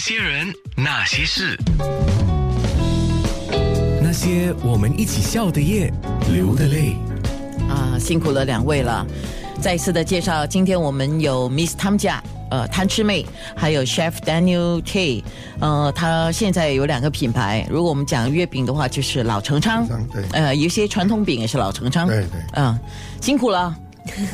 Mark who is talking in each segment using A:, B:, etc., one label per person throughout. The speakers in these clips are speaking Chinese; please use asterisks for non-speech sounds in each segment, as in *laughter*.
A: 些人，那些事，
B: 那些我们一起笑的夜，流的泪。
C: 啊，辛苦了两位了。再一次的介绍，今天我们有 Miss 汤家。呃，贪吃妹，还有 Chef Daniel K，呃，他现在有两个品牌。如果我们讲月饼的话，就是老城昌
D: 老城昌，对
C: 呃，有些传统饼也是老城昌，
D: 对对
C: 嗯、辛苦了，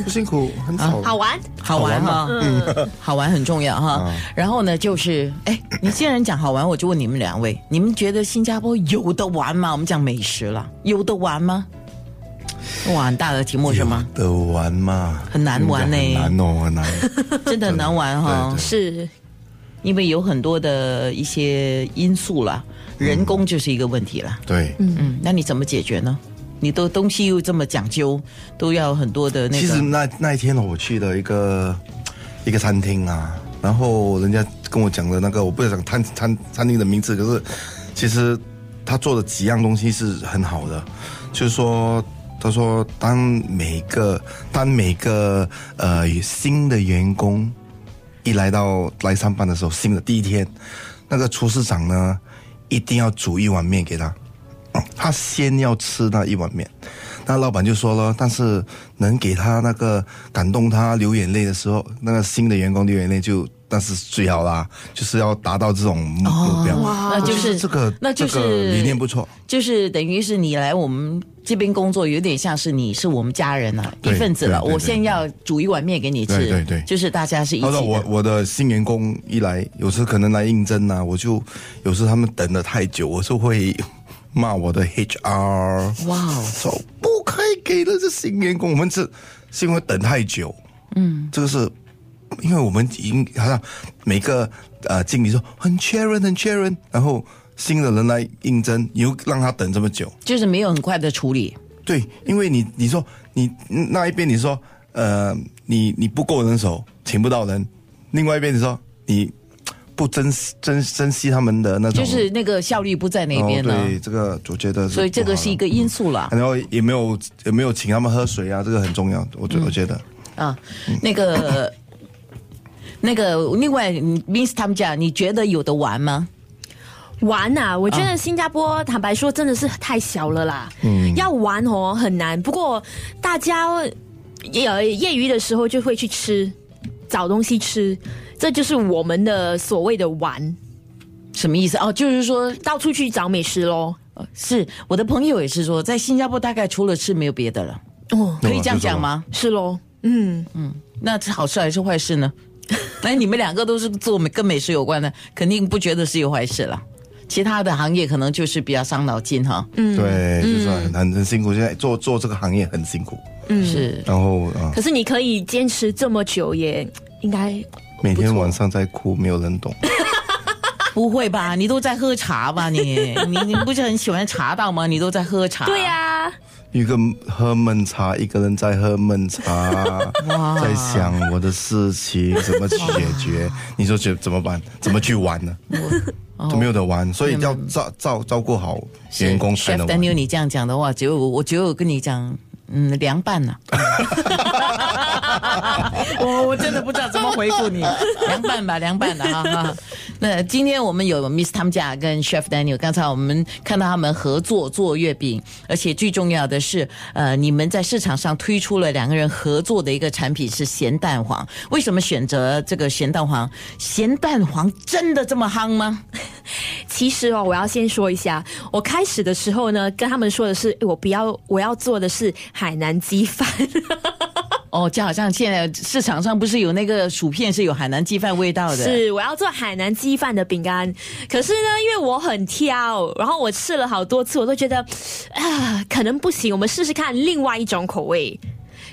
D: 不辛苦，很好。
E: 好玩，
C: 啊好玩哈，嗯， *laughs* 好玩很重要
D: 啊
C: 哈。然后呢，就是，哎，你既然讲好玩，我就问你们两位，你们觉得新加坡有的玩吗？我们讲美食了，有的玩吗？哇，很大的题目是吗？
D: 有的玩嘛，
C: 很难玩呢
D: 很难哦，
C: *laughs*
D: 很难。
C: 真的很难玩哈、
D: 对对
E: 是
C: 因为有很多的一些因素啦，人工就是一个问题啦。
D: 对，
C: 嗯，那你怎么解决呢？你都东西又这么讲究，都要很多的那
D: 其实
C: 个。
D: 那那一天我去了一个一个餐厅啊，然后人家跟我讲的那个，我不想餐餐餐厅的名字，可是其实他做的几样东西是很好的，就是说。他说：“当每个当每个呃新的员工一来到来上班的时候，新的第一天，那个厨师长呢，一定要煮一碗面给他。哦他先要吃那一碗面，那老板就说了，但是能给他那个感动他流眼泪的时候，那个新的员工流眼泪就那是最好啦，就是要达到这种目目标。
C: 那啊就
D: 我觉
C: 是
D: 得这个
C: 哦那就
D: 这个
C: 是
D: 理念不错，
C: 就是等于是你来我们这边工作，有点像是你是我们家人了、一
D: 对
C: 份子了。
D: 对对对
C: 我现在要煮一碗面给你吃，
D: 对对对
C: 就是大家是一起
D: 他说
C: 的。
D: 我我的新员工一来，有时可能来应征呐、啊我就有时他们等的太久，我是会骂我的 HR，
C: 哇哦
D: 说不可以给了这新员工，我们这是因为等太久，嗯，这个是因为我们已经好像每个呃经理说很缺人，很缺人，然后新的人来应征，你又让他等这么久，
C: 就是没有很快的处理。
D: 对，因为你你说你那一边你说呃你你不够人手，请不到人，另外一边你说你不珍惜珍珍惜他们的那
C: 就
D: 种，
C: 是那个效率不在那
D: 然后
C: 边了，
D: 哦
C: 啊
D: 对这个我觉得是不好的，
C: 所以这个是一个因素啦。
D: 然后也没有也没有请他们喝水啊，这个很重要，我觉我觉得。
C: 啊，那个。那个，另外你，Miss 他们讲，你觉得有的玩吗？
E: 玩啊！我觉得新加坡坦白说真的是太小了啦，嗯，要玩哦很难。不过大家也业余的时候就会去吃，找东西吃，这就是我们的所谓的玩，
C: 什么意思？哦，就是说，
E: 到处去找美食喽。
C: 呃是我的朋友也是说，在新加坡大概除了吃没有别的了，
E: 哦，
C: 可以这样讲吗？
E: 是喽，嗯，
C: 那是好事还是坏事呢？ *laughs* 那你们两个都是做美跟美食有关的，肯定不觉得是有坏事了。其他的行业可能就是比较伤脑筋哈。嗯，
D: 对，就是很很很辛苦，现在做做这个行业很辛苦。
E: 嗯
C: 是
D: 然后啊、
E: 可是你可以坚持这么久也，应该
D: 每天晚上在哭，没有人懂。
C: 不会吧？你都在喝茶吧？你你你不是很喜欢茶道吗？你都在喝茶。
E: 对、呀、
D: 一个喝闷茶，一个人在喝闷茶，在想我的事情怎么解决？你说怎怎么办？怎么去玩呢？都没有得玩，所以要照照照顾好员工才
C: Chef
D: 能玩。
C: Daniel，你这样讲的话，只有我只有跟你讲，嗯，凉拌
D: *laughs*
C: 呐、我我真的不知道怎么回复你，凉拌吧，凉拌的哈哈。那今天我们有 Miss 他们家跟 Chef Daniel，刚才我们看到他们合作做月饼，而且最重要的是，呃，你们在市场上推出了两个人合作的一个产品是咸蛋黄。为什么选择这个咸蛋黄？咸蛋黄真的这么夯吗？
E: 其实哦，我要先说一下，我开始的时候呢，跟他们说的是，诶哎我不要，我要做的是海南鸡饭。
C: 哦，就好像现在市场上不是有那个薯片是有海南鸡饭味道的，
E: 是我要做海南鸡饭的饼干，可是呢，因为我很挑，然后我试了好多次，我都觉得啊，可能不行，我们试试看另外一种口味。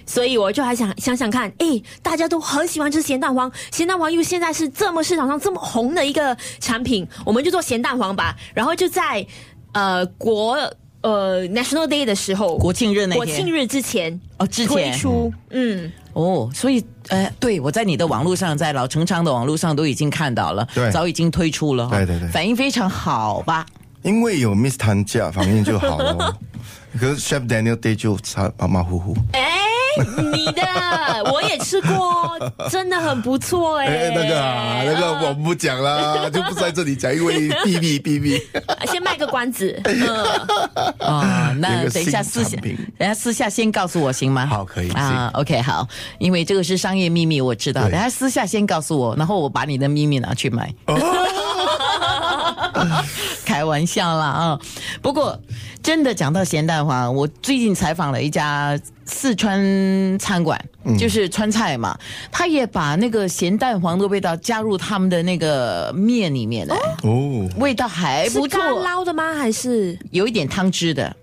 E: 所以我就还想想想看，诶，大家都很喜欢吃咸蛋黄，咸蛋黄又现在是这么市场上这么红的一个产品，我们就做咸蛋黄吧。然后就在呃国呃 National Day 的时候，
C: 国庆日那天，
E: 国庆日之前
C: 哦之
E: 推
C: 前
E: 出，嗯，
C: 哦，所以呃，对我在你的网络上，在老城昌的网络上都已经看到了，
D: 对
C: 早已经推出了哈，
D: 对对对
C: 反应非常好吧？
D: 因为有
C: *laughs*
D: Miss 谈价，反应就好了。可是 Chef Daniel Day 就差马马虎虎，
E: 哎、你的我也吃过，真的很不错哎、
D: 哎，那个啊，那个我们不讲
C: *laughs*
D: 啦，就不在这里讲，因为避避避避。
E: 呃先卖个关子， *laughs* 嗯，
C: 啊、
D: 有一
C: 那
D: 个
C: 等一下
D: 新
C: 私下
D: 产品，
C: 等一下私下先告诉我行吗？
D: 好可以
C: 啊，OK，好，因为这个是商业秘密，我知道。
D: 对
C: 等一下私下先告诉我，然后我把你的秘密拿去卖。
D: 哦
C: *laughs* 开玩笑啦啊！不过真的讲到咸蛋黄，我最近采访了一家四川餐馆，
D: 嗯
C: 就是川菜嘛，他也把那个咸蛋黄的味道加入他们的那个面里面的，
D: 哦，
C: 味道还
E: 是
C: 不错，
E: 干捞的吗？还是
C: 有一点汤汁的，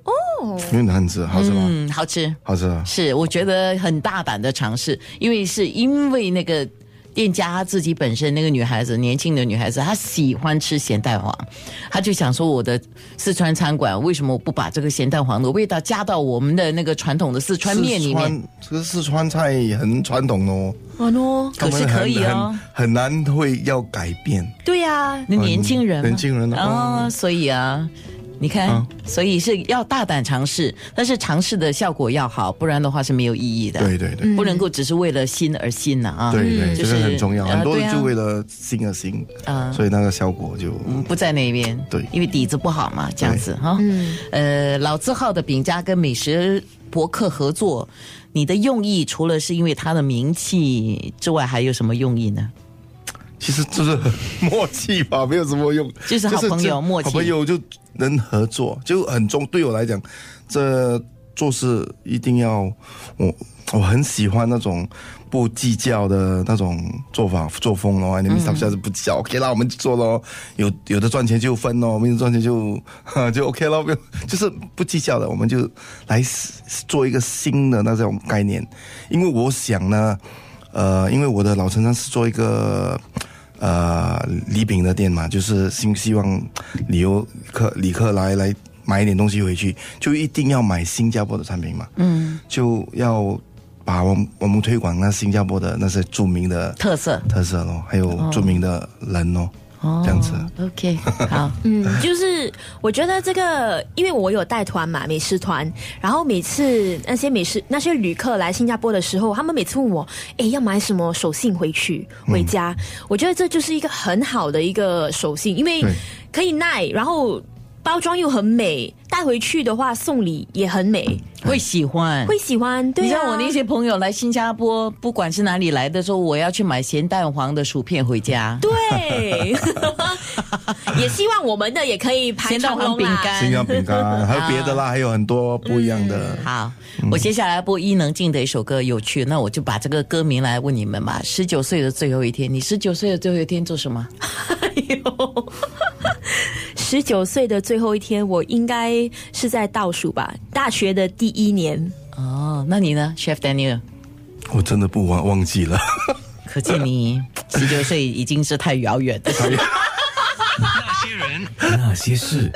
D: 没有难吃，好吃吗？
C: 嗯，好吃。
D: 好吃啊！
C: 是，我觉得很大胆的尝试，因为是因为那个店家她自己本身那个女孩子，年轻的女孩子，她喜欢吃咸蛋黄，她就想说我的四川餐馆为什么不把这个咸蛋黄的味道加到我们的那个传统的四川面里
D: 四
C: 面？
D: 川这个四川菜很传统哦，
E: 哦喏，
C: 可是可以
D: 他
C: 哦
D: 们很很，很难会要改变。
E: 对呀、
C: 那年轻人嘛，
D: 嗯年轻人
C: 啊、
D: 哦
C: 所以啊。你看，
D: 嗯
C: 所以是要大胆尝试，但是尝试的效果要好，不然的话是没有意义的。
D: 对对对。
C: 不能够只是为了新而新呐啊！
D: 对对，
C: 嗯就
D: 这个很重要，
C: 呃
D: 很多
C: 对
D: 人
C: 啊
D: 就为了新而新，所以那个效果就
C: 不在那边，
D: 对
C: 因为底子不好嘛，这样子哈。嗯，呃，老字号的饼家跟美食博客合作，你的用意除了是因为它的名气之外，还有什么用意呢？
D: 其实就是很默契吧，没有什么用，
C: 就是好朋友
D: 这
C: 默契
D: 好朋友就能合作，就很重。对我来讲，这做事一定要我我很喜欢那种不计较的那种做法作风咯。你们上下次不计较，OK 啦，我们就做咯。有有的赚钱就分咯，没有赚钱就 *laughs* 就 OK 咯，不用就是不计较的，我们就来做一个新的那种概念。因为我想呢，呃，因为我的老陈山是做一个呃礼品的店嘛，就是希希望旅游客旅客来来买一点东西回去，就一定要买新加坡的产品嘛，嗯，就要把我们我们推广那新加坡的那些著名的
C: 特色
D: 特色咯，还有著名的人咯，
E: 哦
C: 哦
D: 这样子。
C: OK，好，
E: 嗯，就是我觉得这个，因为我有带团嘛，美食团，然后每次那些美食那些旅客来新加坡的时候，他们每次问我，诶，要买什么手信回去回家？我觉得这就是一个很好的一个手信，因为
D: 对
E: 可以耐，然后包装又很美，带回去的话送礼也很美，
C: 会喜欢。
E: 会喜欢。对、啊，
C: 你像我那些朋友来新加坡，不管是哪里来的，说我要去买咸蛋黄的薯片回家，
E: 对， *laughs* 也希望我们的也可以排
C: 咸蛋
E: 长
C: 黄
E: 龙啊
C: 饼
E: 啦。
D: 新
C: 干。
D: 疆饼干，还有别的啦，还有很多不一样的。
C: 好，我接下来播伊能静的一首歌有趣，那我就把这个歌名来问你们吧。十九岁的最后一天，你十九岁的最后一天做什么？
E: *laughs* 十九岁的最后一天，我应该是在倒数吧，大学的第一年。
C: 哦，那你呢，Chef Daniel？
D: 我真的不忘忘记了，
C: 可见你 *laughs* 十九岁已经是太遥远的。
A: 那些人。
B: 那些事。